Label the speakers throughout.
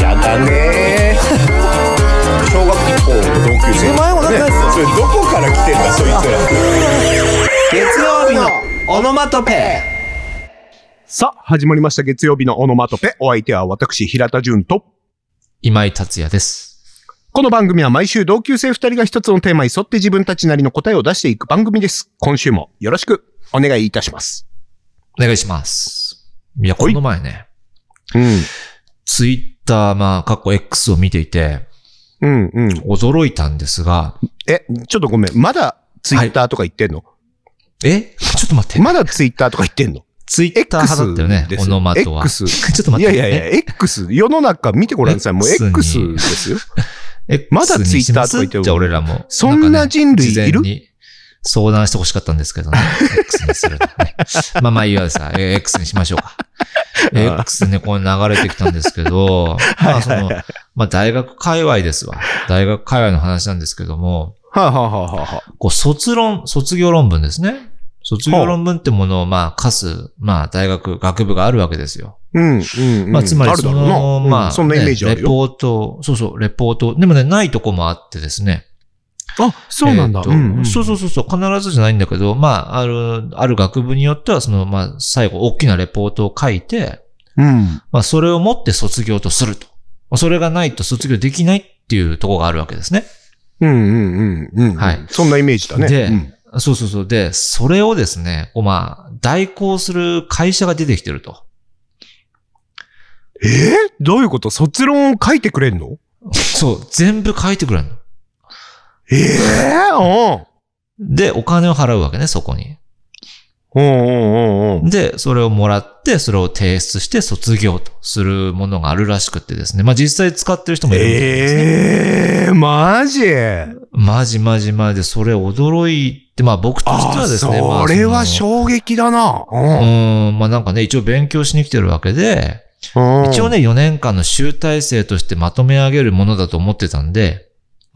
Speaker 1: やだね小学校の同級生
Speaker 2: 前もなんか
Speaker 1: ねそれどこから来てんだそいつら
Speaker 2: 月曜日のオノマトペ
Speaker 1: さあ始まりました月曜日のオノマトペお相手は私平田純と
Speaker 3: 今井達也です。
Speaker 1: この番組は毎週同級生2人が一つのテーマに沿って自分たちなりの答えを出していく番組です今週もよろしくお願いいたします
Speaker 3: お願いします。いや、
Speaker 1: ほ
Speaker 3: こ
Speaker 1: い
Speaker 3: の前ね、
Speaker 1: うん
Speaker 3: ツイッター、まあ、過去 X を見ていて、
Speaker 1: うんうん
Speaker 3: 驚いたんですが、
Speaker 1: えちょっとごめんまだツイッターとか言ってんの、
Speaker 3: えちょっと待って。
Speaker 1: まだツイッターとか言ってんの
Speaker 3: ツイッター派だったよね
Speaker 1: X で、す
Speaker 3: オノマトは。
Speaker 1: X
Speaker 3: ちょっと
Speaker 1: い
Speaker 3: 待っ
Speaker 1: や
Speaker 3: て。
Speaker 1: いやいや、
Speaker 3: え
Speaker 1: X、世の中見てごらんなさい。もう
Speaker 3: X
Speaker 1: X
Speaker 3: に
Speaker 1: です よ。
Speaker 3: X
Speaker 1: まだ
Speaker 3: に
Speaker 1: ツイッターとか言っ
Speaker 3: してて
Speaker 1: る
Speaker 3: じゃあ俺らも。
Speaker 1: そんな人類いる
Speaker 3: なんかね事前に相談してほしかったんですけどね。X にするのね。 まあまあいいわさ、え X にしましょうか。え X でね、こう流れてきたんですけ ど、まあその、まあ大学界隈ですわ。大学界隈の話なんですけども、
Speaker 1: はあ、はあはあはあはあ、
Speaker 3: こう、卒論、卒業論文ですね。卒業論文ってものを、まあ、課す、まあ、大学、学部があるわけですよ。
Speaker 1: うん、うん、うん。
Speaker 3: まあ、つまり、そ
Speaker 1: あるだろ
Speaker 3: の、
Speaker 1: うな。
Speaker 3: ま
Speaker 1: う
Speaker 3: あ、
Speaker 1: んそんなイメージある
Speaker 3: ねレ
Speaker 1: よ。
Speaker 3: ポート、そうそう、レポート。でもね、ないとこもあってですね。
Speaker 1: あ、そうなんだ。
Speaker 3: えーとそうそうそうそう、必ずじゃないんだけど、まあ、ある、ある学部によっては、その、まあ、最後、大きなレポートを書いて、
Speaker 1: う。うん。
Speaker 3: まあ、それをもって卒業とすると。まあそれがないと卒業できないっていうところがあるわけですね。
Speaker 1: うん、うん、うん、うん。
Speaker 3: はい
Speaker 1: そんなイメージだね。
Speaker 3: で
Speaker 1: うん
Speaker 3: そうそうそう。で、それをですね、こうまあ、代行する会社が出てきてると。
Speaker 1: えーどういうこと卒論を書いてくれんの
Speaker 3: そう、全部書いてくれるの。
Speaker 1: ええー、
Speaker 3: で、お金を払うわけね、そこに。
Speaker 1: うん。うん、うん、うん、うん。
Speaker 3: で、それをもらって、それを提出して卒業とするものがあるらしくてですね。まあ実際使ってる人もいるみたいですね。
Speaker 1: ええー、マジ
Speaker 3: マジマジマジで、それ驚いて、まあ僕として
Speaker 1: あ
Speaker 3: は
Speaker 1: ー、
Speaker 3: ですね。まあ
Speaker 1: それ
Speaker 3: の
Speaker 1: は衝撃だな。
Speaker 3: う
Speaker 1: うん
Speaker 3: ーん、まあなんかね、一応勉強しに来てるわけで、
Speaker 1: うん
Speaker 3: 一応。ね、4年間の集大成としてまとめ上げるものだと思ってたんで、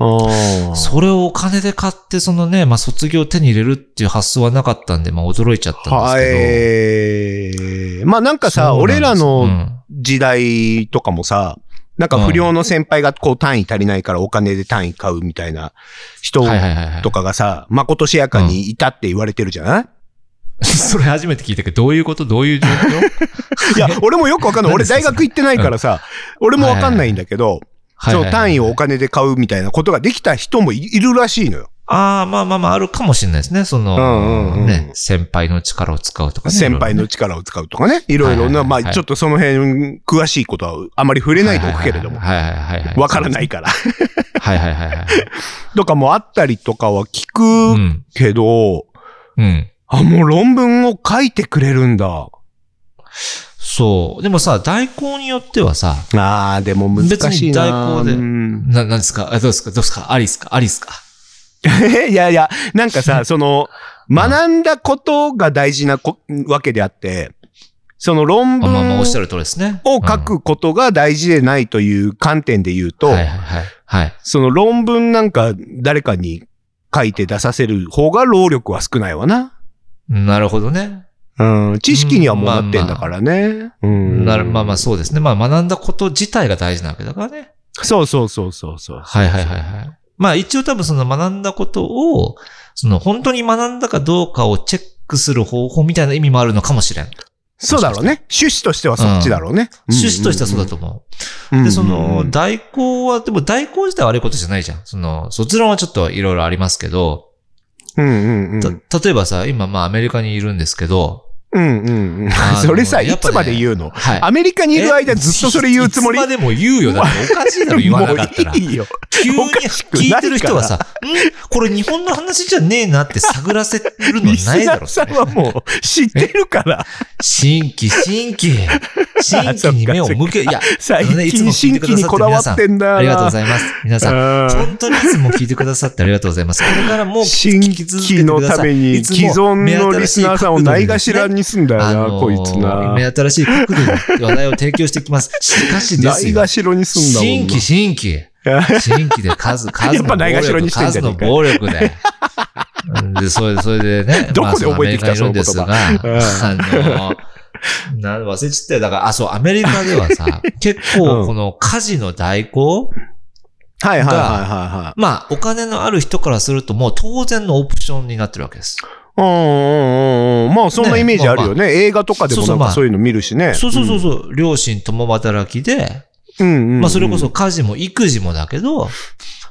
Speaker 1: うん
Speaker 3: それをお金で買って、そのね、まあ、卒業を手に入れるっていう発想はなかったんで、まあ、驚いちゃったん
Speaker 1: は
Speaker 3: ですけど。
Speaker 1: い。まあなんかさ、
Speaker 3: そうな
Speaker 1: 俺
Speaker 3: んです
Speaker 1: ら
Speaker 3: う
Speaker 1: の
Speaker 3: ん
Speaker 1: 時代とかもさ、なんか不良の先輩がこう単位足りないからお金で単位買うみたいな人
Speaker 3: はいはいはいはい。
Speaker 1: とかがさ、まことしやかにいたって言われてるじゃない、
Speaker 3: それ初めて聞いたけど、どういうことどう いう状況
Speaker 1: いや、俺もよくわかんない。俺
Speaker 3: 何ですか
Speaker 1: 大学行ってないからさ、俺もわかんないんだけど、
Speaker 3: はい
Speaker 1: そ
Speaker 3: はい
Speaker 1: の
Speaker 3: はい
Speaker 1: 単位をお金で買うみたいなことができた人もいいるらしいのよ。
Speaker 3: ああ、まあまあまあ、あるかもしれないですね。その、
Speaker 1: うんうんうん
Speaker 3: ね、先輩の力を使うとかね。
Speaker 1: 先輩の力を使うとかね。いろいろな、
Speaker 3: はいはい
Speaker 1: ま
Speaker 3: はい
Speaker 1: あちょっとその辺詳しいことはあまり触れないでおくけれども、
Speaker 3: はいはいはいはいはい。。
Speaker 1: わからないいから。
Speaker 3: はいはいはいはい。
Speaker 1: とかもあったりとかは聞
Speaker 3: う
Speaker 1: く
Speaker 3: ん。
Speaker 1: けど、
Speaker 3: うん。
Speaker 1: あ、もう論文を書いてくれるんだ。
Speaker 3: そう。でもさ、代行によってはさ、
Speaker 1: ああ、でも難しいな。
Speaker 3: 別に代行で
Speaker 1: うん
Speaker 3: な、なんですかあどうですかどうですかありですかありですか
Speaker 1: いやいや、なんか さ、その、
Speaker 3: ん
Speaker 1: 学んだことが大事なこわけであって、その論
Speaker 3: あまあまあ、
Speaker 1: 文
Speaker 3: お
Speaker 1: を
Speaker 3: っしゃ
Speaker 1: 書
Speaker 3: る通りですね。うん
Speaker 1: くことが大事でないという観点で言うと、
Speaker 3: はいはいはい。はい。
Speaker 1: その論文なんか誰かに書いて出させる方が労力は少ないわな。
Speaker 3: なるほどね。
Speaker 1: うん、知識にはもうなってんだからね。うん。
Speaker 3: なる、まあまあそうですね。まあ学んだこと自体が大事なわけだからね。
Speaker 1: そうそうそうそうそう。
Speaker 3: はいはいはいはい。まあ一応多分その学んだことを、その本当に学んだかどうかをチェックする方法みたいな意味もあるのかもしれん。
Speaker 1: そうだろうね。趣旨としてはそっちだろうね。
Speaker 3: 趣旨としてはそうだと思
Speaker 1: うんうんうん。
Speaker 3: う。で、そ
Speaker 1: うん
Speaker 3: の代行は、でも代行自体は悪いことじゃないじゃん。その卒論はちょっといろいろありますけど、
Speaker 1: うんうん。
Speaker 3: た例えばさ、今まあアメリカにいるんですけど、
Speaker 1: うんうんうん
Speaker 3: あの
Speaker 1: それさ、
Speaker 3: や
Speaker 1: い
Speaker 3: っぱね
Speaker 1: つまで言うの
Speaker 3: はい。
Speaker 1: アメリカにいる間ずっとそれ言うつもり
Speaker 3: いつまでも言うよ。だっておかしいだろ、言わなかったら
Speaker 1: もう。いいよ。
Speaker 3: 急に
Speaker 1: おかしくない
Speaker 3: 聞
Speaker 1: から
Speaker 3: いてる人はさ、んこれ日本の話じゃねえなって探らせるの
Speaker 1: リ
Speaker 3: ない
Speaker 1: ス
Speaker 3: だ
Speaker 1: ナ
Speaker 3: ろ
Speaker 1: ー。さんはもう知ってる から、
Speaker 3: 新規、新規、新規に目を向け、いや、
Speaker 1: 最
Speaker 3: あのねいつ
Speaker 1: 近
Speaker 3: も聞い
Speaker 1: 新
Speaker 3: て
Speaker 1: 規
Speaker 3: くだ
Speaker 1: に
Speaker 3: さ
Speaker 1: こだわっ
Speaker 3: ってる皆さん、
Speaker 1: てんだ。
Speaker 3: ありがとうございます。皆さん、
Speaker 1: うん
Speaker 3: 本当にいつも聞いてくださってありがとうございます。これからも
Speaker 1: 新
Speaker 3: 聞き続けて
Speaker 1: 規の
Speaker 3: くだ
Speaker 1: た
Speaker 3: さ
Speaker 1: め
Speaker 3: い。
Speaker 1: に
Speaker 3: いつも
Speaker 1: 既存のリスナーさんをないがしらにすんだよ
Speaker 3: あ
Speaker 1: な、
Speaker 3: の
Speaker 1: こいつな。
Speaker 3: 目新しい角度で話題を提供してきます。しかし で
Speaker 1: な
Speaker 3: す
Speaker 1: い
Speaker 3: よ。
Speaker 1: がしろにすんだもん
Speaker 3: 新
Speaker 1: な。
Speaker 3: 規、新 規。新規で数、数
Speaker 1: やっ
Speaker 3: の
Speaker 1: ぱ
Speaker 3: 暴
Speaker 1: ないがしろに
Speaker 3: 力、
Speaker 1: してんじ
Speaker 3: 数
Speaker 1: ゃね
Speaker 3: の
Speaker 1: えか
Speaker 3: 暴力で。で、それで、それでね
Speaker 1: 、どこで覚えてきた
Speaker 3: まあそのアメリカにいるんですが、
Speaker 1: その言
Speaker 3: あの、なん忘れちゃったよ。だから、あ、そう、アメリカで はさ、結
Speaker 1: うん
Speaker 3: 構この家事の代行、
Speaker 1: はいはいはいは
Speaker 3: まあ、お金のある人からするともう当然のオプションになってるわけです。
Speaker 1: いはい。うんうんうんうん。まあそんなイメージあるよね。映画とかでも
Speaker 3: そうそ
Speaker 1: な
Speaker 3: うんま
Speaker 1: か
Speaker 3: あ
Speaker 1: そういうの見るしね。
Speaker 3: そうそうそうそう、両親共働きで、
Speaker 1: うん。うんうんうん
Speaker 3: まあ、それこそ。家事も育児もだけど、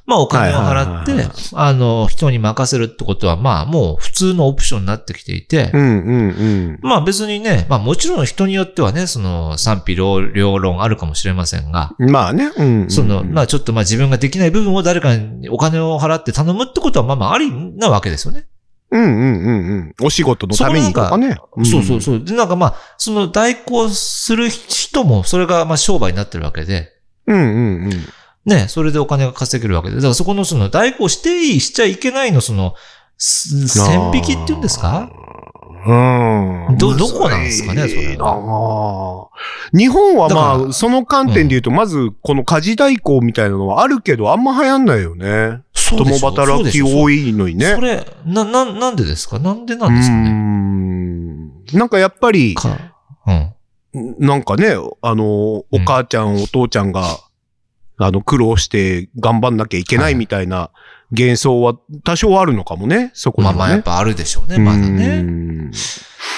Speaker 3: まあ、お金を払っ
Speaker 1: はいはいはい
Speaker 3: て
Speaker 1: は、
Speaker 3: あの、人に任せるってことは、まあ、もう普通のオプションになってきていて
Speaker 1: う、んうんうん。
Speaker 3: まあ別にね、まあもちろん人によってはね、その賛否両両論あるかもしれませんが、
Speaker 1: まあね。うん、うん。
Speaker 3: その、まあちょっとまあ自分ができない部分を誰かにお金を払って頼むってことはまあまあありなわけですよね。
Speaker 1: うんうんうんうん。お仕事のためにとかね。
Speaker 3: そうそうそう。で、なんかまあ、その代行する人もそれがまあ商売になってるわけで、
Speaker 1: うん。うんうんうん。
Speaker 3: ね、それでお金が稼げるわけで、だからそこのその代行していい、しちゃいけないのその、す線引きっていうんですか
Speaker 1: うん。
Speaker 3: どどこなんですかねそれは
Speaker 1: は。日本は
Speaker 3: だか
Speaker 1: まあ、
Speaker 3: ら
Speaker 1: その観点で言うと、まず、この家事代行みたいなのはあるけど、あんま流行んないよね。
Speaker 3: そうで
Speaker 1: 共
Speaker 3: しょそう
Speaker 1: 働
Speaker 3: で
Speaker 1: き
Speaker 3: しょ
Speaker 1: 多いのにね。
Speaker 3: それ、な、な、なんでですかなんでなんですかね
Speaker 1: うーんなんかやっぱり、
Speaker 3: か、うん。
Speaker 1: なんかね、あの、お母ちゃん、お父ちゃんが、あの、苦労して頑張んなきゃいけないみたいな幻想は多少あるのかもね、そこに
Speaker 3: まあ
Speaker 1: は
Speaker 3: まあやっ
Speaker 1: ね。
Speaker 3: ぱあるでしょうね、まだ
Speaker 1: う
Speaker 3: ね。
Speaker 1: ん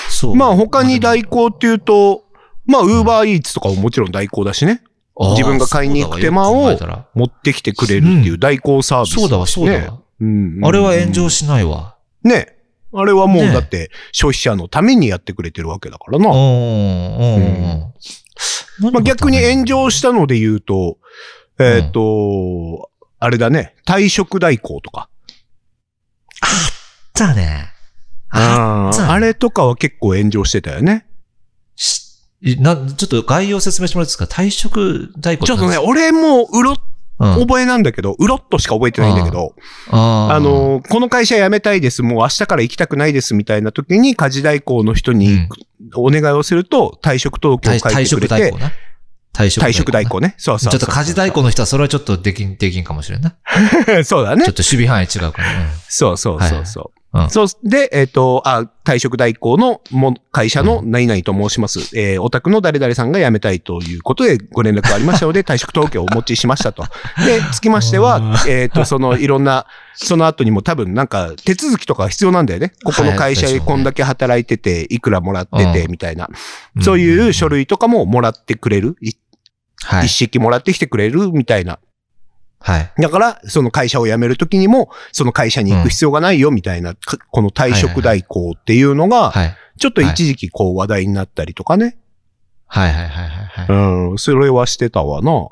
Speaker 3: そう。
Speaker 1: まあ他に代行っていうと、まあ、ウーバーイーツとかももちろん代行だしね、
Speaker 3: あー
Speaker 1: 自分が買いに行く手間を
Speaker 3: そうだわよく考えたら
Speaker 1: 持ってきてくれるっていう代行サービス、
Speaker 3: そうだわ、そうだわ。
Speaker 1: うんうん
Speaker 3: あれは炎上しないわ。
Speaker 1: ね。あれはもう
Speaker 3: ね
Speaker 1: だって消費者のためにやってくれてるわけだからな。
Speaker 3: うん、うん、うん。
Speaker 1: まあ、逆に炎上したので言うと、えっ、
Speaker 3: うん
Speaker 1: と、あれだね、退職代行とか。
Speaker 3: たね。あ、
Speaker 1: あ
Speaker 3: そう
Speaker 1: あれとかは結構炎上してたよね。
Speaker 3: しな、ちょっと概要説明してもらっていいですか退職代行
Speaker 1: ちょっとね、
Speaker 3: うん、
Speaker 1: 俺もううろ、
Speaker 3: あ
Speaker 1: 覚えなんだけど、うろっとしか覚えてないんだけど、あ
Speaker 3: ー、
Speaker 1: の、この会社辞めたいです、もう明日から行きたくないですみたいな時に家事代行の人
Speaker 3: う
Speaker 1: に
Speaker 3: ん
Speaker 1: お願いをすると、退職届を
Speaker 3: 退
Speaker 1: 書い
Speaker 3: 退
Speaker 1: てく
Speaker 3: 職
Speaker 1: れ
Speaker 3: 代
Speaker 1: て
Speaker 3: 行、な。退職
Speaker 1: 退職代行ね。そう
Speaker 3: ちょ
Speaker 1: そう
Speaker 3: っと家事代行の人はそれはちょっとできん、できんかもしれんな。
Speaker 1: 行。 そうだね
Speaker 3: ちょっ。と守備範囲違うから。うん
Speaker 1: そうそうそうそう。
Speaker 3: はいはいうん
Speaker 1: そうで、えっ、と、あ、退職代行のも会社の何々と申します。えーお宅の誰々さんが辞めたいということでご連絡がありました ので、退職届をお持ちしましたと。で、つきましては、えっ、と、そのいろんな、その後にも多分なんか手続きとか必要なんだよね。ここの会社
Speaker 3: は
Speaker 1: で
Speaker 3: いそうですね
Speaker 1: こんだけ働いてて、いくらもらってて、みたいな。
Speaker 3: うん
Speaker 1: そういう書類とかももらってくれる。い
Speaker 3: はい
Speaker 1: 一。式もらってきてくれるみたいな。
Speaker 3: はい。
Speaker 1: だから、その会社を辞めるときにも、その会社に行く必要がないよ、みたいな、かこの退職代行っていうのが、
Speaker 3: はい。
Speaker 1: ちょっと一時期こう話題になったりとかね。
Speaker 3: はいはいはいはいはい。
Speaker 1: うん、それはしてたわな。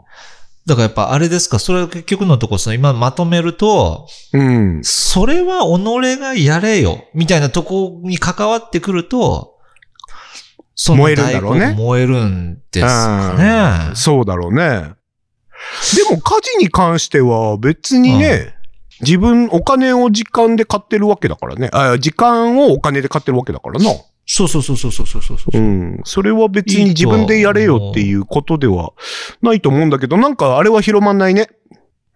Speaker 3: だからやっぱあれですか、それは結局のとこ、その今まとめると、
Speaker 1: うん。
Speaker 3: それは己がやれよ、みたいなとこに関わってくると、そ
Speaker 1: 燃えるんだろうね
Speaker 3: 大根燃えるんですか
Speaker 1: う
Speaker 3: ね
Speaker 1: ん。そうだろうね。でも家事に関しては別にね、自分お金を時間で買ってるわけだからね。あ時間をお金で買ってるわけだからな。
Speaker 3: そうそうそうそうそうそうそうそうう。
Speaker 1: ん。それは別に自分でやれよっていうことではないと思うんだけど、なんかあれは広まんないね。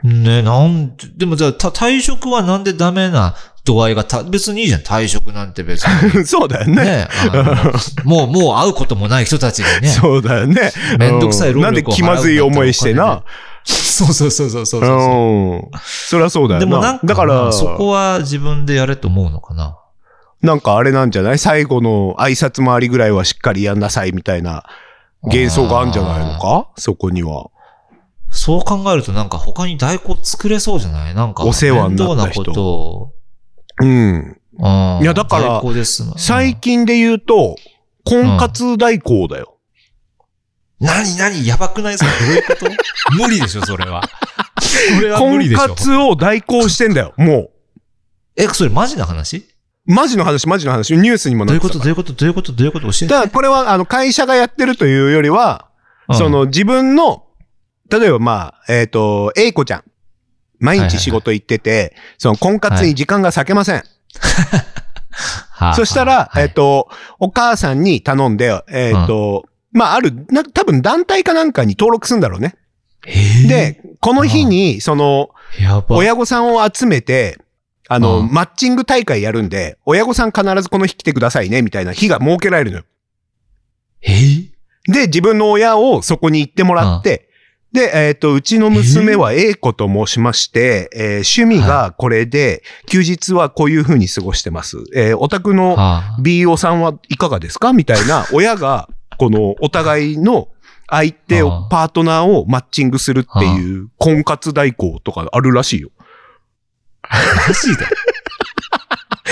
Speaker 3: ね、なんで、でもじゃあ、た退職はなんでダメな度合いがた、別にいいじゃん。退職なんて別に。
Speaker 1: そうだよ ね。
Speaker 3: ね、あのもう、もう会うこともない人たちにね。
Speaker 1: そうだよね。
Speaker 3: めんどくさい労力
Speaker 1: な
Speaker 3: を払う
Speaker 1: んで気まずい思いしてな。
Speaker 3: そうそうそうそうそう
Speaker 1: う
Speaker 3: そう。
Speaker 1: ん。そりゃそうだよ
Speaker 3: で
Speaker 1: な。
Speaker 3: もなんか、
Speaker 1: だから、
Speaker 3: そこは自分でやれと思うのかな。
Speaker 1: なんかあれなんじゃない最後の挨拶回りぐらいはしっかりやんなさいみたいな幻想があるんじゃないのかそこには。
Speaker 3: そう考えるとなんか他に代行作れそうじゃないなんか、
Speaker 1: お世話になった人
Speaker 3: 面倒なことを。
Speaker 1: うん。
Speaker 3: うん
Speaker 1: いやだから
Speaker 3: 代行ですもん
Speaker 1: 最近で言うと、婚活代行だよ。
Speaker 3: 何何やばくないですかどういうこと無理でしょ、それは。それは無
Speaker 1: 婚
Speaker 3: 理でしょ。
Speaker 1: 活を代行してんだよ。も
Speaker 3: え、それマジな話
Speaker 1: う。マジの話、マジの話。ニュースにもな
Speaker 3: どう
Speaker 1: っ
Speaker 3: いう
Speaker 1: て
Speaker 3: こ
Speaker 1: た
Speaker 3: と
Speaker 1: か
Speaker 3: どういうことどういうことどういうこと教え
Speaker 1: ら。た。
Speaker 3: て
Speaker 1: だ、これは、あの、会社がやってるというよりは、
Speaker 3: うん
Speaker 1: そ、の自分の、例えばまあ、えっ、と、A 子ちゃん。毎日仕事行ってて、その婚活に時間が割けません。
Speaker 3: はあ
Speaker 1: そしたら、
Speaker 3: はい
Speaker 1: えっ、と、お母さんに頼んで、えっ、と、まあ、ある、な、多分団体かなんかに登録するんだろうね。
Speaker 3: へえ
Speaker 1: で、この日に、その、
Speaker 3: やば。
Speaker 1: 親御さんを集めて、あの、
Speaker 3: うん
Speaker 1: マッチング大会やるんで、親御さん必ずこの日来てくださいね、みたいな日が設けられるのよ。
Speaker 3: えい
Speaker 1: で、自分の親をそこに行ってもらって、で、えっ、と、うちの娘は A 子と申しまして、えー趣味がこれで、休日はこういう風に過ごしてます。えーお宅の
Speaker 3: あ
Speaker 1: B おさんはいかがですかみたい な、親が、この、お互いの相手
Speaker 3: あ
Speaker 1: を
Speaker 3: あ、
Speaker 1: パートナーをマッチングするっていう、婚活代行とかあるらしいよ。
Speaker 3: あ。マジで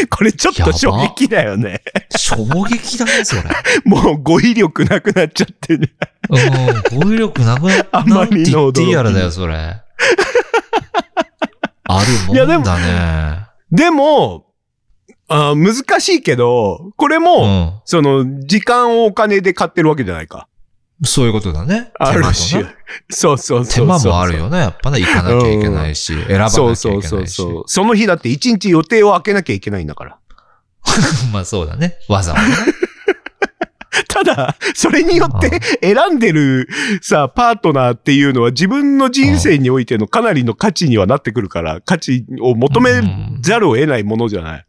Speaker 1: これちょっ
Speaker 3: や
Speaker 1: と
Speaker 3: ば
Speaker 1: 衝撃だよね。
Speaker 3: 衝撃だね、それ。
Speaker 1: もう語彙力なくなっちゃってね。
Speaker 3: うん、語彙力なくなっ
Speaker 1: あま
Speaker 3: て
Speaker 1: りの驚
Speaker 3: 言っ
Speaker 1: き
Speaker 3: ていいやらだよ、それ。あ
Speaker 1: いや
Speaker 3: る
Speaker 1: で
Speaker 3: もん
Speaker 1: も
Speaker 3: だね。
Speaker 1: でも、あー難しいけど、これ
Speaker 3: う
Speaker 1: も、
Speaker 3: ん。
Speaker 1: その、時間をお金で買ってるわけじゃないか。
Speaker 3: そういうことだね。
Speaker 1: あるし
Speaker 3: 手間とね。
Speaker 1: そうそうそうそう。
Speaker 3: 手間もあるよね。やっぱね、行かなきゃいけないし、選ばなきゃ
Speaker 1: そ
Speaker 3: いうけな
Speaker 1: そ
Speaker 3: いうし。
Speaker 1: そうそう。その日だって一日予定を開けなきゃいけないんだから。
Speaker 3: まあそうだね。わざわざね。
Speaker 1: ただ、それによって選んでるさ、パートナーっていうのは自分の人生においてのかなりの価値にはなってくるから、価値を求めざるを得ないものじゃない。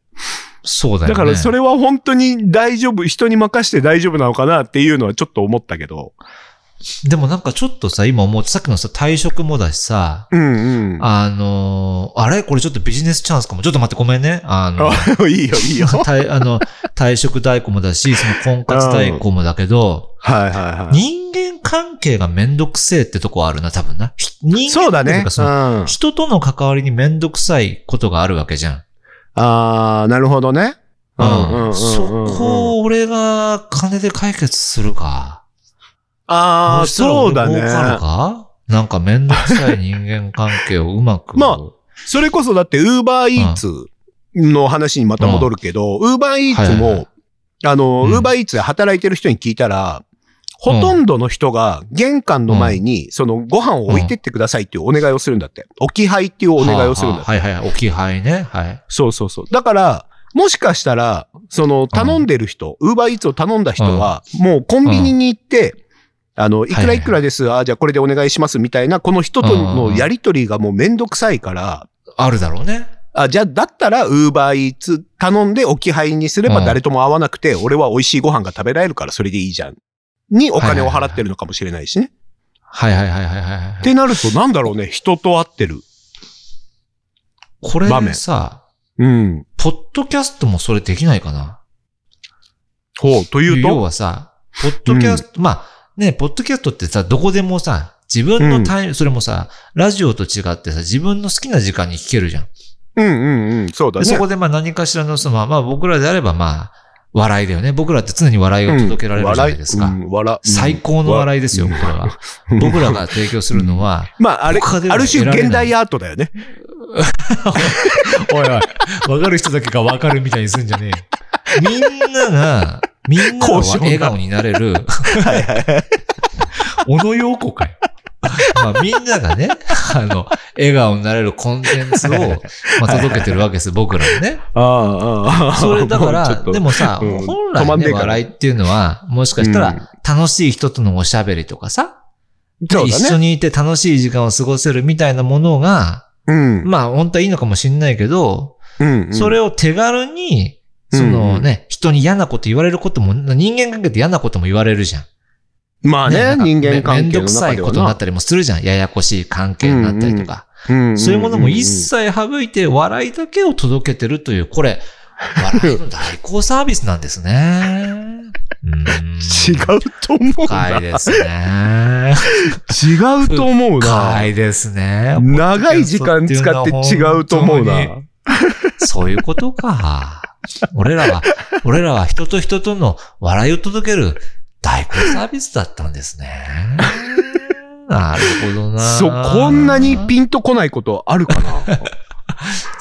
Speaker 3: そうだよ
Speaker 1: だ
Speaker 3: ね。
Speaker 1: からそれは本当に大丈夫、人に任せて大丈夫なのかなっていうのはちょっと思ったけど。
Speaker 3: でもなんかちょっとさ、今思うと、さっきのさ、退職もだしさ、
Speaker 1: うんうん。
Speaker 3: あ のーあれこれちょっとビジネスチャンスかも。ちょっと待って、ごめんね。あの、
Speaker 1: あいいよいいよ。はい
Speaker 3: 退あの退職代行もだし、その婚活代行もだけど、
Speaker 1: はいはい。
Speaker 3: 人間関係がめんどくせえってとこあるな、多分な。ひ人間
Speaker 1: そうだ
Speaker 3: ってい
Speaker 1: ね。
Speaker 3: か
Speaker 1: う
Speaker 3: そ
Speaker 1: ん。
Speaker 3: の
Speaker 1: あ
Speaker 3: 人との関わりにめんどくさいことがあるわけじゃん。
Speaker 1: あー、なるほどね。うんうんうんうんうん
Speaker 3: そこを俺が金で解決するか。
Speaker 1: ああ、
Speaker 3: そしたら
Speaker 1: そうだ
Speaker 3: 俺儲かる
Speaker 1: ね。
Speaker 3: かなんかめんどくさい人間関係をうま く。
Speaker 1: まあそれこそだって、ウーバーイーツの話にまた戻るけど、ウーバーイーツ
Speaker 3: はいはいは
Speaker 1: も、あの、
Speaker 3: う
Speaker 1: ウ
Speaker 3: ん
Speaker 1: ーバーイーツで働いてる人に聞いたら、ほとんどの人が玄関の前に、そのご飯を置いてってくださいっていうお願いをするんだって。置き配っていうお願いをするんだって。
Speaker 3: はいはいはい。置き配ね。はい。
Speaker 1: そうそうそう。だから、もしかしたら、その、頼んでる人、ウーバーイーツを頼んだ人は、もうコンビニに行って、あの、いく
Speaker 3: はい
Speaker 1: ら
Speaker 3: はい
Speaker 1: いくらです、ああ、じゃあこれでお願いします、みたいな、この人とのやりとりがもうめんどくさいから、
Speaker 3: あるだろうね。
Speaker 1: あ、じゃあ、だったら、ウーバーイーツ頼んで置き配にすれば
Speaker 3: うん
Speaker 1: 誰とも会わなくて、俺は美味しいご飯が食べられるからそれでいいじゃん。にお金を払ってるのかもしれないしね。
Speaker 3: はいはいはいはいはいはい。
Speaker 1: ってなると、なんだろうね、人と会ってる。
Speaker 3: これ
Speaker 1: 場面
Speaker 3: さ、
Speaker 1: うん。
Speaker 3: ポッドキャストもそれできないかな。
Speaker 1: ほう、という
Speaker 3: 要
Speaker 1: と、
Speaker 3: はさ、ポッドキャスト、まあね、ポッドキャストってさ、どこでもさ、自分のタイム、それもさ、ラジオと違ってさ、自分の好きな時間に聞けるじゃん。
Speaker 1: うんうんうん、そうだ
Speaker 3: で
Speaker 1: ね。
Speaker 3: そこでまあ何かしらのその、まあ僕らであればまあ、笑いだよね。僕らって常に笑いを届けられるじゃないですか。
Speaker 1: うん笑いうん笑うん
Speaker 3: 最高の笑いですよ、
Speaker 1: うん
Speaker 3: これは。
Speaker 1: うん
Speaker 3: 僕らが提供するのは、
Speaker 1: まあ、あれ、
Speaker 3: 他では
Speaker 1: ある種
Speaker 3: 得られない
Speaker 1: 現代アートだよね。
Speaker 3: おいおい、わかる人だけがわかるみたいにすんじゃねえよ。みんなが、みんなが
Speaker 1: 交渉が
Speaker 3: 笑顔になれる、
Speaker 1: はいはい はい。
Speaker 3: 小野洋子かよ。まあみんながね、あの、笑顔になれるコンテンツを、まあ、届けてるわけです、僕らのね。
Speaker 1: ああ、ああ。
Speaker 3: それだか
Speaker 1: うちょ
Speaker 3: ら
Speaker 1: っ、と
Speaker 3: で、もさ、
Speaker 1: うん
Speaker 3: 本
Speaker 1: 止ま
Speaker 3: 来
Speaker 1: んね
Speaker 3: ね、
Speaker 1: えから
Speaker 3: 笑いっていうのは、もしかしたら、楽しい人とのおしゃべりとかさ、
Speaker 1: そう
Speaker 3: 一緒
Speaker 1: だね。
Speaker 3: にいて楽しい時間を過ごせるみたいなものが、
Speaker 1: うん。
Speaker 3: まあ本当はいいのかもしんないけど、
Speaker 1: うんうん
Speaker 3: それを手軽に、
Speaker 1: うん
Speaker 3: そのね、人に嫌なこと言われることも、人間関係って嫌なことも言われるじゃん。
Speaker 1: まあね、
Speaker 3: なんか
Speaker 1: 人間関
Speaker 3: めめん
Speaker 1: 係
Speaker 3: ど
Speaker 1: の
Speaker 3: くさ
Speaker 1: 中
Speaker 3: い
Speaker 1: で
Speaker 3: こ
Speaker 1: は
Speaker 3: とにな
Speaker 1: な
Speaker 3: っ。たりもするじゃん。ややこしい関係になったりとか。
Speaker 1: そ
Speaker 3: そういうものも一切省いて、笑いだけを届けてるという、これ、笑いの代行サービスなんです ね。うーん
Speaker 1: 違うと思う
Speaker 3: 深
Speaker 1: な。
Speaker 3: いですね。
Speaker 1: 違うと思う
Speaker 3: 深
Speaker 1: な。
Speaker 3: いですね。
Speaker 1: 長い時間使って違うと思う
Speaker 3: ポッドキャストっていうのは
Speaker 1: な。
Speaker 3: そういうことか。俺らは、俺らは人と人との笑いを届ける代行サービスだったんですね。 なるほどな。
Speaker 1: そう、こんなにピンとこないことあるか な。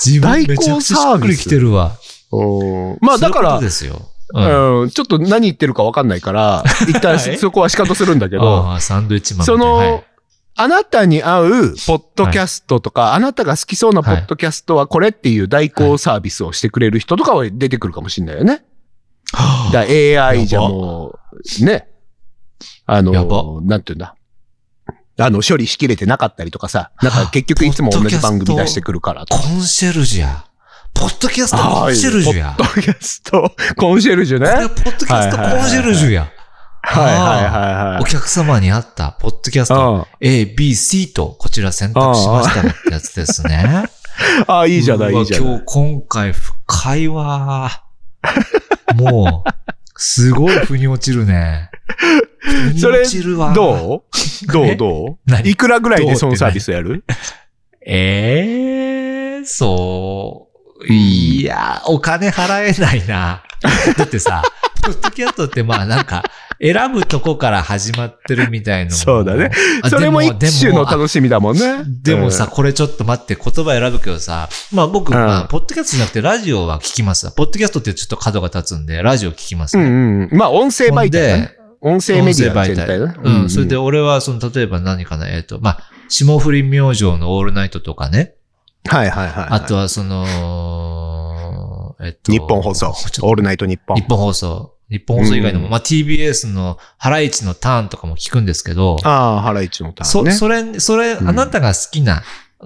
Speaker 3: 自分めちゃくちゃしっくりきてるわ。
Speaker 1: うんまあだか
Speaker 3: そういうこ
Speaker 1: ら
Speaker 3: と、ですよ。うん。
Speaker 1: うんちょっと何言ってるかわかんない から、一旦
Speaker 3: はい
Speaker 1: そこは仕方するんだけど、
Speaker 3: ああサンドイッチマンみた
Speaker 1: そ
Speaker 3: いな。
Speaker 1: の、
Speaker 3: はい
Speaker 1: あなたに合うポッドキャストとか、あなたが好きそうなポッドキャストはこれっていう代行サービスをしてくれる人とかは出てくるかもしれないよね。だから AI じゃもう、ね。あ
Speaker 3: やば
Speaker 1: の、なんていうんだ。あの、処理しきれてなかったりとかさ、なんか結局いつも同じ番組出してくるからとか。
Speaker 3: コンシェルジュや。ポッドキャストコ
Speaker 1: ああ
Speaker 3: ン
Speaker 1: いい
Speaker 3: シ
Speaker 1: ね
Speaker 3: ェルジュや。
Speaker 1: ポッドキャスト、コンシェルジュ
Speaker 3: これ
Speaker 1: ね
Speaker 3: は。ポッドキャストコンシェルジュや。
Speaker 1: はいはいはいはい
Speaker 3: お。客様に合った、ポッドキャスト、
Speaker 1: うん
Speaker 3: A、B、C と、こちら選択しましたってやつですね。
Speaker 1: あ あ、いいじゃな
Speaker 3: う
Speaker 1: い、
Speaker 3: わ
Speaker 1: いいじゃな
Speaker 3: 今
Speaker 1: い
Speaker 3: 日。今回深いわ。もう、すごい腑に落ちるね。腑に
Speaker 1: それ
Speaker 3: 落ちるわ。
Speaker 1: どうど
Speaker 3: え
Speaker 1: うどう
Speaker 3: 何
Speaker 1: いくらぐらいでそのサービスやる
Speaker 3: ええそう。いや、お金払えないな。だっ てさ、ポッドキャストってまあなんか、選ぶとこから始まってるみたいなもん。
Speaker 1: そうだね
Speaker 3: あ。
Speaker 1: それも
Speaker 3: でで
Speaker 1: 一種の楽しみだもんね。
Speaker 3: でもさ、これちょっと待って、言葉選ぶけどさ、まあ僕、
Speaker 1: うん
Speaker 3: まあ、ポッドキャストじゃなくてラジオは聞きます。ポッドキャストってちょっと角が立つんで、ラジオ聞きます、
Speaker 1: う
Speaker 3: ね。
Speaker 1: んうん。まあ、音声
Speaker 3: ほん
Speaker 1: 媒体だね
Speaker 3: で、
Speaker 1: 音声メディア
Speaker 3: 音声
Speaker 1: 全
Speaker 3: 媒体
Speaker 1: 体だね。
Speaker 3: うん、それで、俺は、その、例えば何かな、えっ、と、まあ、霜降り明星のオールナイトとかね、
Speaker 1: はいはいはい。
Speaker 3: あと、はその、えっ、と、
Speaker 1: 日本放送、オ
Speaker 3: ちょっ
Speaker 1: ールナイト日
Speaker 3: と
Speaker 1: 本
Speaker 3: 日。本放送。日本放送以外でも、
Speaker 1: うん
Speaker 3: まあ、TBS のハライチのターンとかも聞くんですけど、
Speaker 1: ああ、ハライチのターン
Speaker 3: そ、
Speaker 1: ね。
Speaker 3: それ、それ、
Speaker 1: うん
Speaker 3: あなたが好きな、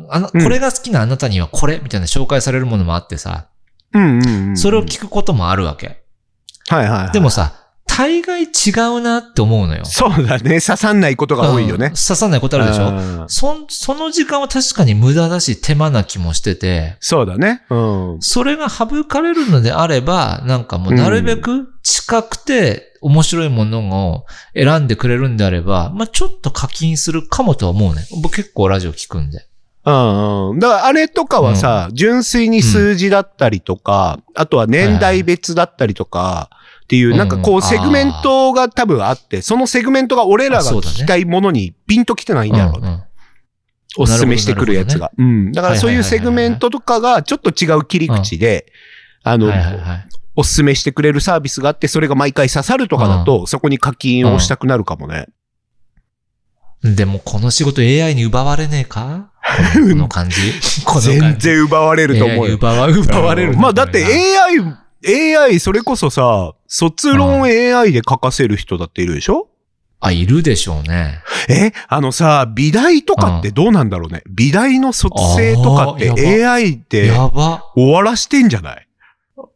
Speaker 3: あの、
Speaker 1: うん
Speaker 3: これが好きなあなたにはこれみたいな紹介されるものもあってさ、
Speaker 1: うんうんうん。
Speaker 3: それを聞くこともあるわけ。
Speaker 1: はいはいはい。
Speaker 3: でもさ、大概違うなって思うのよ。
Speaker 1: そうだね。刺さんないことが多いよ
Speaker 3: うん
Speaker 1: ね
Speaker 3: 刺。さないことあるでしょ
Speaker 1: ょ
Speaker 3: そん、その時間は確かに無駄だし手間な気もしてて、
Speaker 1: そうだね。うん。
Speaker 3: それが省かれるのであれば、なんかもうなるべく近くて面白いものを選んでくれるんであれば、まあちょっと課金するかもとは思うね。僕結構ラジオ聞くんで。
Speaker 1: うんうん。だからあれとかはさ、純粋に数字だったりとか、あとは年代別だったりとか、っていう、なんかこ
Speaker 3: うん
Speaker 1: う、セグメントが多分あって、そのセグメントが俺ら
Speaker 3: あ
Speaker 1: が
Speaker 3: そう
Speaker 1: 聞
Speaker 3: だね
Speaker 1: きたいものにピンときてないんだろう
Speaker 3: うん
Speaker 1: ね。
Speaker 3: うん
Speaker 1: おすすめしてくるやつが。うん。だからそういうセグメントとかがちょっと違う切り口で、あの
Speaker 3: はい、はいはい。
Speaker 1: おすすめしてくれるサービスがあって、それが毎回刺さるとかだと、そこに課金をしたくなるかもね。
Speaker 3: でもこの仕事 AI に奪われねえかこのこの感じ。こ の
Speaker 1: 全
Speaker 3: 感じ。
Speaker 1: 然奪われると思
Speaker 3: AI
Speaker 1: う
Speaker 3: に
Speaker 1: よ。
Speaker 3: 奪わ奪われるね。
Speaker 1: まあだって
Speaker 3: これが
Speaker 1: AI、AI、それこそさ、卒論 AI で書かせる人だっているでしょ
Speaker 3: あ、いるでしょうね。
Speaker 1: えあのさ、美大とかってどうなんだろうね美大の卒生とかっ
Speaker 3: あー
Speaker 1: て AI って
Speaker 3: やば。
Speaker 1: 終わらしてんじゃない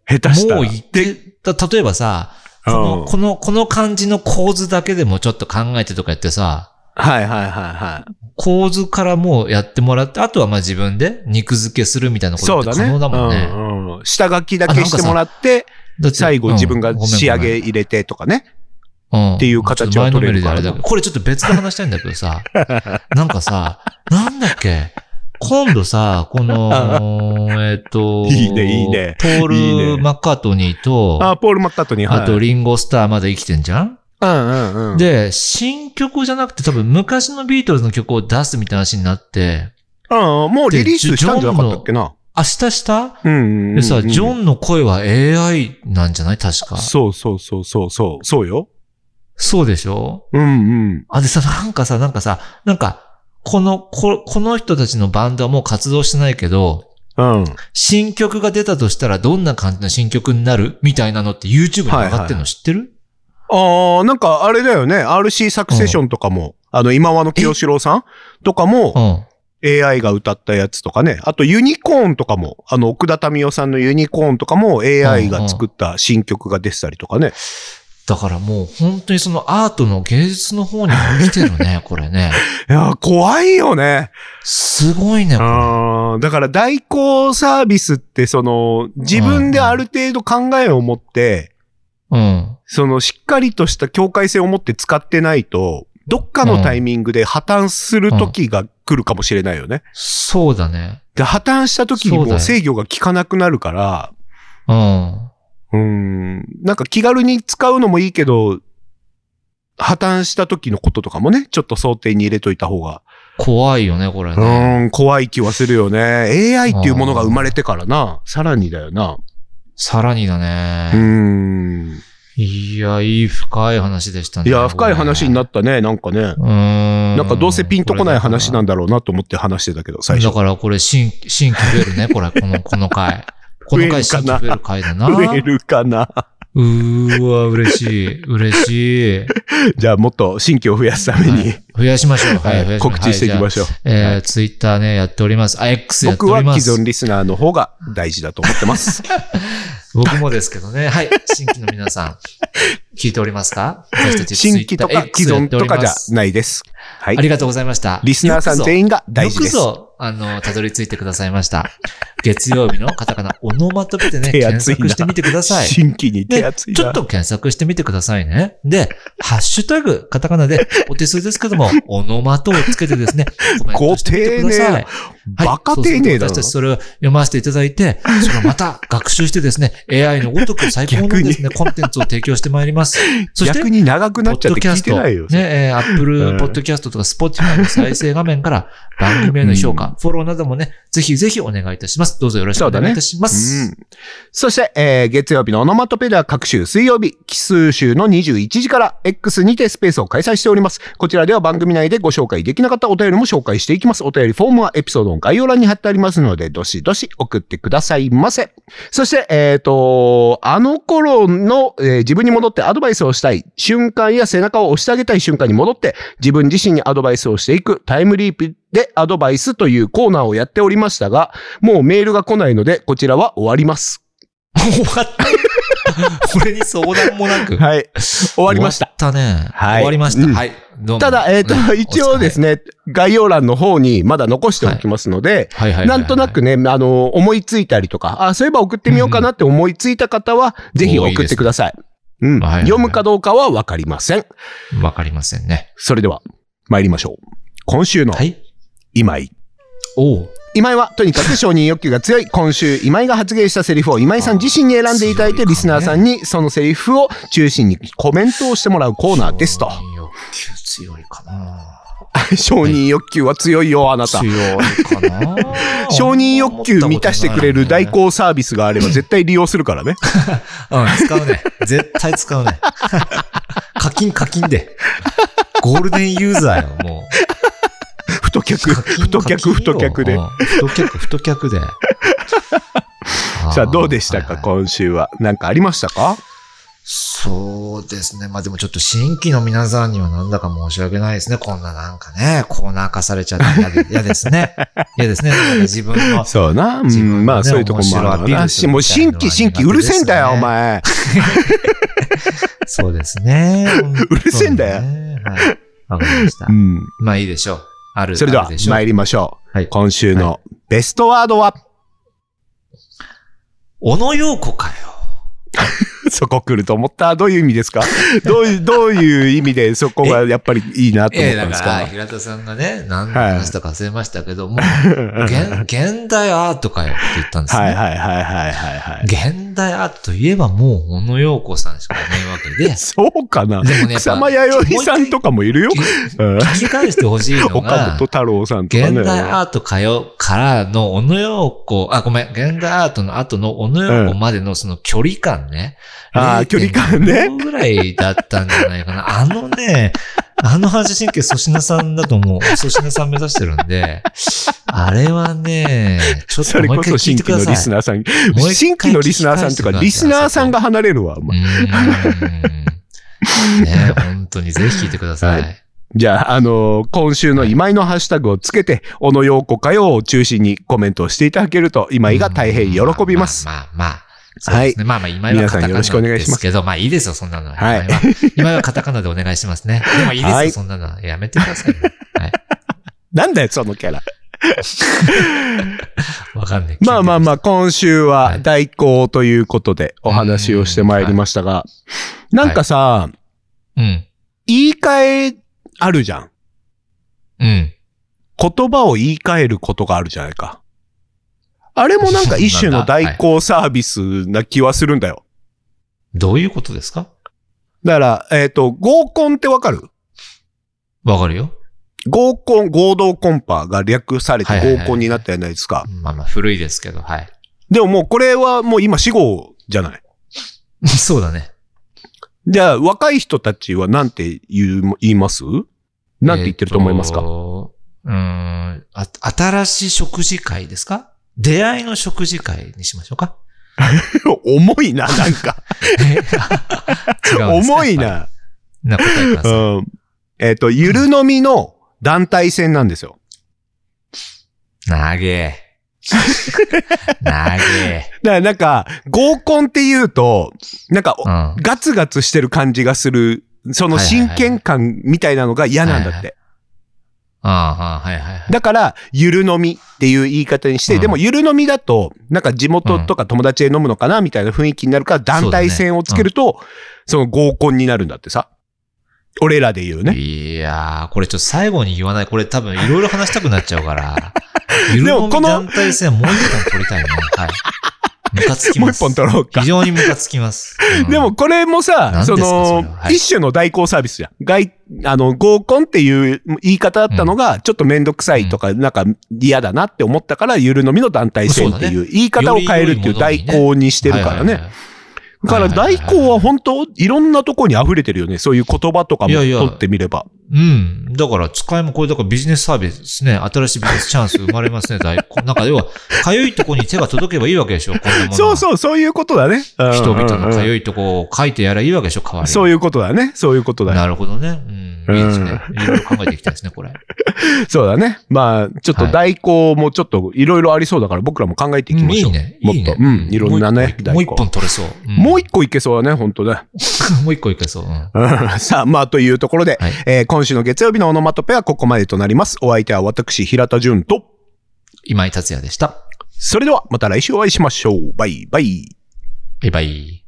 Speaker 1: 下手したら。
Speaker 3: もう言って、た例えばさ、こ
Speaker 1: うん
Speaker 3: の、この、この漢字の構図だけでもちょっと考えてとかやってさ、
Speaker 1: はいはいはいはい。
Speaker 3: 構図からもうやってもらって、あとはまあ自分で肉付けするみたいなこ
Speaker 1: そ
Speaker 3: と
Speaker 1: う
Speaker 3: っ
Speaker 1: だ
Speaker 3: て可
Speaker 1: ね。
Speaker 3: 能だもんね。
Speaker 1: うんうん下書きだけしてもらって、
Speaker 3: だって
Speaker 1: 最後自分が仕上、
Speaker 3: うん
Speaker 1: げ入れてとかね。
Speaker 3: って
Speaker 1: いう形は取れるから
Speaker 3: 前のめりであれだけどこれちょっと別で話したいんだけど さ、なんかさ、なんだっけ、今度さ、こ の、えっと、
Speaker 1: いいねいいね
Speaker 3: ポ
Speaker 1: いいね
Speaker 3: ール・マッカートニーと、
Speaker 1: あ、ポール・マッカートニー、はい。
Speaker 3: あと、リンゴスターまだ生きてんじゃん
Speaker 1: うんうんうん。
Speaker 3: で、新曲じゃなくて多分昔のビートルズの曲を出すみたいな話になって、
Speaker 1: うん、もうリリースしたんじゃなかったっけな。
Speaker 3: 明日した
Speaker 1: うんうんうん。
Speaker 3: でさ、ジョンの声は AI なんじゃない確か。
Speaker 1: そうそうそうそうそう、そうよ。
Speaker 3: そうでしょ
Speaker 1: うんうん。
Speaker 3: あ、でさ、なんかさ、なんかさ、なんか、この、ここの人たちのバンドはもう活動してないけど、
Speaker 1: うん。
Speaker 3: 新曲が出たとしたらどんな感じの新曲になるみたいなのって YouTube に上がってるの知ってる、
Speaker 1: ああ、なんかあれだよね。RC サクセションとかも、あの、今和の清志郎さんとかも、
Speaker 3: うん。
Speaker 1: AI が歌ったやつとかね。あと、ユニコーンとかも、あの、奥田民生さんのユニコーンとかも AI が作った新曲が出てたりとかね。
Speaker 3: だからもう本当にそのアートの芸術の方に来てる ね、これね。
Speaker 1: いやー、怖いよね。
Speaker 3: すごいね、これ。
Speaker 1: あーだから、代行サービスって、その、自分である程度考えを持って、
Speaker 3: うん。
Speaker 1: そのしっかりとした境界線を持って使ってないと、どっかのタイミングで破綻する時が来るかもしれないよね。
Speaker 3: そうだね。
Speaker 1: で、破綻した時に
Speaker 3: そうだ
Speaker 1: もう
Speaker 3: よ
Speaker 1: 制御が効かなくなるから、
Speaker 3: うん。
Speaker 1: うーん、なんか気軽に使うのもいいけど、破綻した時のこととかもね、ちょっと想定に入れといた方が、
Speaker 3: 怖いよね、これ
Speaker 1: う
Speaker 3: ね。
Speaker 1: ーん、怖い気はするよね。AI っていうものが生まれてからな、さらにだよな。
Speaker 3: さらにだ
Speaker 1: うー
Speaker 3: ね。
Speaker 1: ん。
Speaker 3: いや、いい深い話でしたね。
Speaker 1: いや、深い話になったね、なんかね。
Speaker 3: うーん。
Speaker 1: なんかどうせピンとこない話なんんだろうなと思って話してたけど、最初
Speaker 3: だ。からこれ、新、新規増えるね、これ、この、この回。この回、新規増える回だな。
Speaker 1: 増えるかな
Speaker 3: うーわ、嬉しい。嬉しい。
Speaker 1: じゃあもっと新規を増やすために、
Speaker 3: 増やしましょう。はい、増
Speaker 1: はい
Speaker 3: やしましょう。
Speaker 1: 告知していきましょう。
Speaker 3: はい。じゃあ
Speaker 1: は
Speaker 3: えー、ツイッターね、やっております。あ、X やって
Speaker 1: 僕
Speaker 3: お
Speaker 1: は
Speaker 3: りま
Speaker 1: 既
Speaker 3: す
Speaker 1: 存。リスナーの 方が大事だと思ってます。
Speaker 3: 僕もですけどね。はい。新規の皆さん。聞いておりますか私たち
Speaker 1: 新規とか既
Speaker 3: Twitter X やっ
Speaker 1: 存
Speaker 3: てお
Speaker 1: と
Speaker 3: り
Speaker 1: か
Speaker 3: ま
Speaker 1: じゃ
Speaker 3: す
Speaker 1: ないです。はい
Speaker 3: あ。りがとうございました。
Speaker 1: リスナーさん全員が大事です。
Speaker 3: よくぞ、あの、たどり着いてくださいました。月曜日のカタカナ、オノマトペで ね、
Speaker 1: 手
Speaker 3: 検
Speaker 1: 厚いな
Speaker 3: 索してみてください。
Speaker 1: 新規に手厚いな。
Speaker 3: ちょっと検索してみてくださいね。で、ハッシュタグ、カタカナで、お手数ですけ ども、オノマトをつけてですね、コメントしてみてください。はい
Speaker 1: バカ丁寧だ
Speaker 3: そ
Speaker 1: な
Speaker 3: うすると私た。ちそれを読ませていただいて、それをまた学習してですね、AI のごとく最高のですね、コンテンツを提供してまいります。そして、
Speaker 1: 逆に長くなっちゃって聞いてないよ。
Speaker 3: ね、えー、
Speaker 1: う
Speaker 3: Apple
Speaker 1: ん
Speaker 3: Podcast とか Spotify の再生画面から番組への評価、フォローなどもね、ぜひぜひお願いいたします。どうぞよろしくお願いいたしま
Speaker 1: う
Speaker 3: す。
Speaker 1: ん。そして、えー月曜日のオノマトペでは各週水曜日、奇数週の21時から X にてスペースを開催しております。こちらでは番組内でご紹介できなかったお便りも紹介していきます。お便りフォームはエピソードの概要欄に貼ってありますので、どしどし送ってくださいませ。そして、えっ、と、あの頃の、えー自分に戻ってアドバイスをしたい瞬間や背中を押してあげたい瞬間に戻って、自分自身にアドバイスをしていくタイムリープでアドバイスというコーナーをやっておりましたが、もうメールが来ないので、こちらは終わります。
Speaker 3: 終わ った。これに相談もなく。
Speaker 1: はい。終わりました。
Speaker 3: た。終わったね。
Speaker 1: はい
Speaker 3: 終わりました。
Speaker 1: うん
Speaker 3: はい。どうも
Speaker 1: ただ、えっ、と、
Speaker 3: ね
Speaker 1: 一応ですね、概要欄の方にまだ残しておきますので、
Speaker 3: お疲れはいはいはいは い
Speaker 1: なんとなくね、あの、思いついたりとか、あ、そういえば送ってみようかなって思いついた方は、ぜひ送ってください。うん。
Speaker 3: はいはいはい
Speaker 1: 読むかどうかはわかりません。
Speaker 3: わかりませんね。
Speaker 1: それでは、参りましょう。今週の
Speaker 3: はい。
Speaker 1: 今井。
Speaker 3: おう。
Speaker 1: 今井はとにかく承認欲求が強い。今週、今井が発言したセリフを今井さん自身に選んでいただいて、
Speaker 3: あー強いかね
Speaker 1: リスナーさんにそのセリフを中心にコメントをしてもらうコーナーですと。
Speaker 3: 承認欲求強いかな。
Speaker 1: 承認欲求は強いよ、あなた。
Speaker 3: 強いかな。
Speaker 1: 承認欲求満たしてくれる代行サービスがあれば絶対利用するからね。
Speaker 3: うん、使うね。絶対使うね。 課金課金で。ゴールデンユーザーよ、もう。
Speaker 1: 太客、
Speaker 3: 課金
Speaker 1: 太
Speaker 3: 課金
Speaker 1: 客、
Speaker 3: よ
Speaker 1: 太客で
Speaker 3: う。ん太客、太客で。
Speaker 1: さあ、どうでした
Speaker 3: はい
Speaker 1: か、
Speaker 3: はい
Speaker 1: 今週は。なんかありましたか
Speaker 3: そうですね。まあでもちょっと新規の皆さんにはなんだか申し訳ないですね。こんななんかね、コーナー化されちゃって嫌で嫌です ね。嫌ですね。なんか自分の
Speaker 1: そうな。う
Speaker 3: 自分の
Speaker 1: ん、
Speaker 3: ね
Speaker 1: まあ、そういうとこもあるわな
Speaker 3: 面白いアピールするみたいなのは
Speaker 1: もう新規、新規、うるせえんだよ、お前。
Speaker 3: そうですね。
Speaker 1: うるせえんだよ
Speaker 3: 本当にねはい。わかりました
Speaker 1: う。ん。
Speaker 3: まあいいでしょう。ある。
Speaker 1: それで
Speaker 3: あ
Speaker 1: は
Speaker 3: るしょう
Speaker 1: 参りましょ。
Speaker 3: はいう
Speaker 1: 今週のベストワードは、
Speaker 3: 小野洋子かよ。
Speaker 1: そこ来ると思った。どういう意味です かどういう、どういう意味でそこがやっぱりいいなと思
Speaker 3: ええ、
Speaker 1: った
Speaker 3: だ
Speaker 1: んです
Speaker 3: から、
Speaker 1: か
Speaker 3: 平田さんがね、何の
Speaker 1: はい
Speaker 3: 話だか忘れましたけども、現現代アートかよって言ったんですね。
Speaker 1: はいはいはいはいはいはい。
Speaker 3: 現代アートといえばもう、小野洋子さんしかいないわけ で、
Speaker 1: そうかな
Speaker 3: でもねやっぱ
Speaker 1: 草間彌生さんとかもいるよ。うん
Speaker 3: 聞き返してほしいの
Speaker 1: 岡
Speaker 3: が
Speaker 1: 本、太郎さんとかね
Speaker 3: 現。代アートかよからの小野洋子、あ、ごめん、現代アートの後の小野洋子までのその距離感ね。
Speaker 1: あー距離感ね
Speaker 3: 0.5ぐらいだったんじゃないか な。あのね、あの反射神経粗品さんだと思う。粗品さん目指してるんで、あれはね、ちょっと
Speaker 1: それ
Speaker 3: もう
Speaker 1: こ
Speaker 3: 一
Speaker 1: そ
Speaker 3: 回聞
Speaker 1: 新
Speaker 3: いてく
Speaker 1: 規
Speaker 3: だ
Speaker 1: のリ
Speaker 3: さい。
Speaker 1: スナーさん。
Speaker 3: もう一回
Speaker 1: 新規のリスナーさんと
Speaker 3: 聞き
Speaker 1: か、
Speaker 3: 返
Speaker 1: リ
Speaker 3: して
Speaker 1: ス
Speaker 3: ください
Speaker 1: ナーさんが離れるわ。お前
Speaker 3: うーんね本当にぜひ聞いてください。
Speaker 1: はいじゃあ、あのー今週の今井のハッシュタグをつけて、小野洋子かよを中心にコメントをしていただけると、今井が大変喜びます。
Speaker 3: まあまあまあまあ。そうですね。まあまあ、今井は
Speaker 1: 皆
Speaker 3: カ
Speaker 1: さん
Speaker 3: タカ
Speaker 1: よ
Speaker 3: ナ
Speaker 1: ろしくお願
Speaker 3: で
Speaker 1: いします
Speaker 3: すけど、まあいいですよ、そんなのは。
Speaker 1: はい
Speaker 3: 今井は今井はカタカナでお願いしますね。でもいいですよ、
Speaker 1: はい
Speaker 3: そんなのは。やめてくださいね。はい。
Speaker 1: なんだよ、そのキャラ。
Speaker 3: わかんない。
Speaker 1: まあまあま
Speaker 3: あ。
Speaker 1: あ、今週
Speaker 3: は
Speaker 1: はい代行ということでお話をしてまいりましたが、なんかさ、
Speaker 3: うん。
Speaker 1: 言い換えあるじゃん。
Speaker 3: うん。
Speaker 1: 言葉を言い換えることがあるじゃないか。あれもなんか一種の代行サービスな気はするんだよ。
Speaker 3: どういうことですか
Speaker 1: だから、えっ、と、合コンってわかる
Speaker 3: わかるよ。
Speaker 1: 合コン、合同コンパが略されて
Speaker 3: はいはいはい
Speaker 1: 合コンになったじゃないですか。
Speaker 3: まあまあ、古いですけど、はい。
Speaker 1: でももうこれはもう今死後じゃない。
Speaker 3: そうだね。
Speaker 1: じゃあ若い人たちはなんて言う、言いますなんて言ってると思います
Speaker 3: えー
Speaker 1: か、
Speaker 3: とうーん。あ、新しい食事会ですか出会いの食事会にしましょうか。
Speaker 1: 重いな、なん か。
Speaker 3: 違うんですか
Speaker 1: 重い。
Speaker 3: やっ
Speaker 1: な。
Speaker 3: ぱりな、答えくだ
Speaker 1: う
Speaker 3: さい。
Speaker 1: ん。えっ、と、ゆる飲みの団体戦なんですよ。
Speaker 3: なげえ。
Speaker 1: か
Speaker 3: なげ
Speaker 1: らなんか、合コンって言うと、なんか、
Speaker 3: うん。あ
Speaker 1: ガツガツしてる感じがする、その
Speaker 3: はいはいは
Speaker 1: 真
Speaker 3: い
Speaker 1: 剣感みたいなのが嫌なんだって。
Speaker 3: はいはいあ、はいはいはい。
Speaker 1: だから、ゆる飲みっていう言い方にして、
Speaker 3: うん
Speaker 1: でもゆる飲みだと、なんか地元とか友達で飲むのかなみたいな雰囲気になるから、団体戦をつけると、その合コンになるんだってさ。俺らで言うね。
Speaker 3: いやー、これちょっと最後に言わない。これ多分いろいろ話したくなっちゃう から。ゆる
Speaker 1: で
Speaker 3: も
Speaker 1: も
Speaker 3: み
Speaker 1: この
Speaker 3: 団体戦もう一本取りたいね。はい。ムカつき
Speaker 1: もう
Speaker 3: ま
Speaker 1: 一
Speaker 3: す。
Speaker 1: 本取ろうか
Speaker 3: 非。常にムカつきます。うん
Speaker 1: でも、これもさ、
Speaker 3: 何
Speaker 1: そ
Speaker 3: ですか
Speaker 1: の
Speaker 3: それははい
Speaker 1: 一種の代行サービスじゃん。外、あの、合コンっていう言い方だったのが、ちょっとめんどくさいとか、なんか嫌だなって思ったから、ゆるのみの団体戦って
Speaker 3: そう
Speaker 1: い
Speaker 3: だ
Speaker 1: う言い方を変えるっていう代行にしてるから
Speaker 3: はいはい
Speaker 1: ね
Speaker 3: は。い
Speaker 1: だから代行は本当、いろんなとこに溢れてるよね。そういう言葉とかも
Speaker 3: いやいや
Speaker 1: 取ってみれば。
Speaker 3: うん。だから、使いもこれ、だからビジネスサービスですね。新しいビジネスチャンス生まれますね、大根。なんか、要は、かゆいとこに手が届けばいいわけでしょ、こんなものは。
Speaker 1: そうそう、そういうことだね。うん
Speaker 3: 人々のか
Speaker 1: うん
Speaker 3: ゆいとこを書いてやればいいわけでしょ、代わりに。
Speaker 1: そういうことだね。そういうことだ
Speaker 3: な
Speaker 1: ね。
Speaker 3: るほどね。うん。いいですね。いろいろ考えていきたいですね、これ。
Speaker 1: そうだね。まあ、ちょっと代行もちょっといろいろありそうだから僕らも考えていきましょう。
Speaker 3: うんいいね
Speaker 1: もっと
Speaker 3: いいね
Speaker 1: うん、いろんなね、
Speaker 3: もう
Speaker 1: 代
Speaker 3: 一
Speaker 1: 行。
Speaker 3: 本取れそう。
Speaker 1: もう一個いけそうだね、本当ね。
Speaker 3: 個。もう一個いけそう。うん
Speaker 1: うんさあ、まあ、というところで、
Speaker 3: はい
Speaker 1: えー今週の月曜日のオノマトペはここまでとなります。お相手は私、平田純と。
Speaker 3: 今井達也でした。
Speaker 1: それでは、また来週お会いしましょう。バイバイ。
Speaker 3: バイバイ。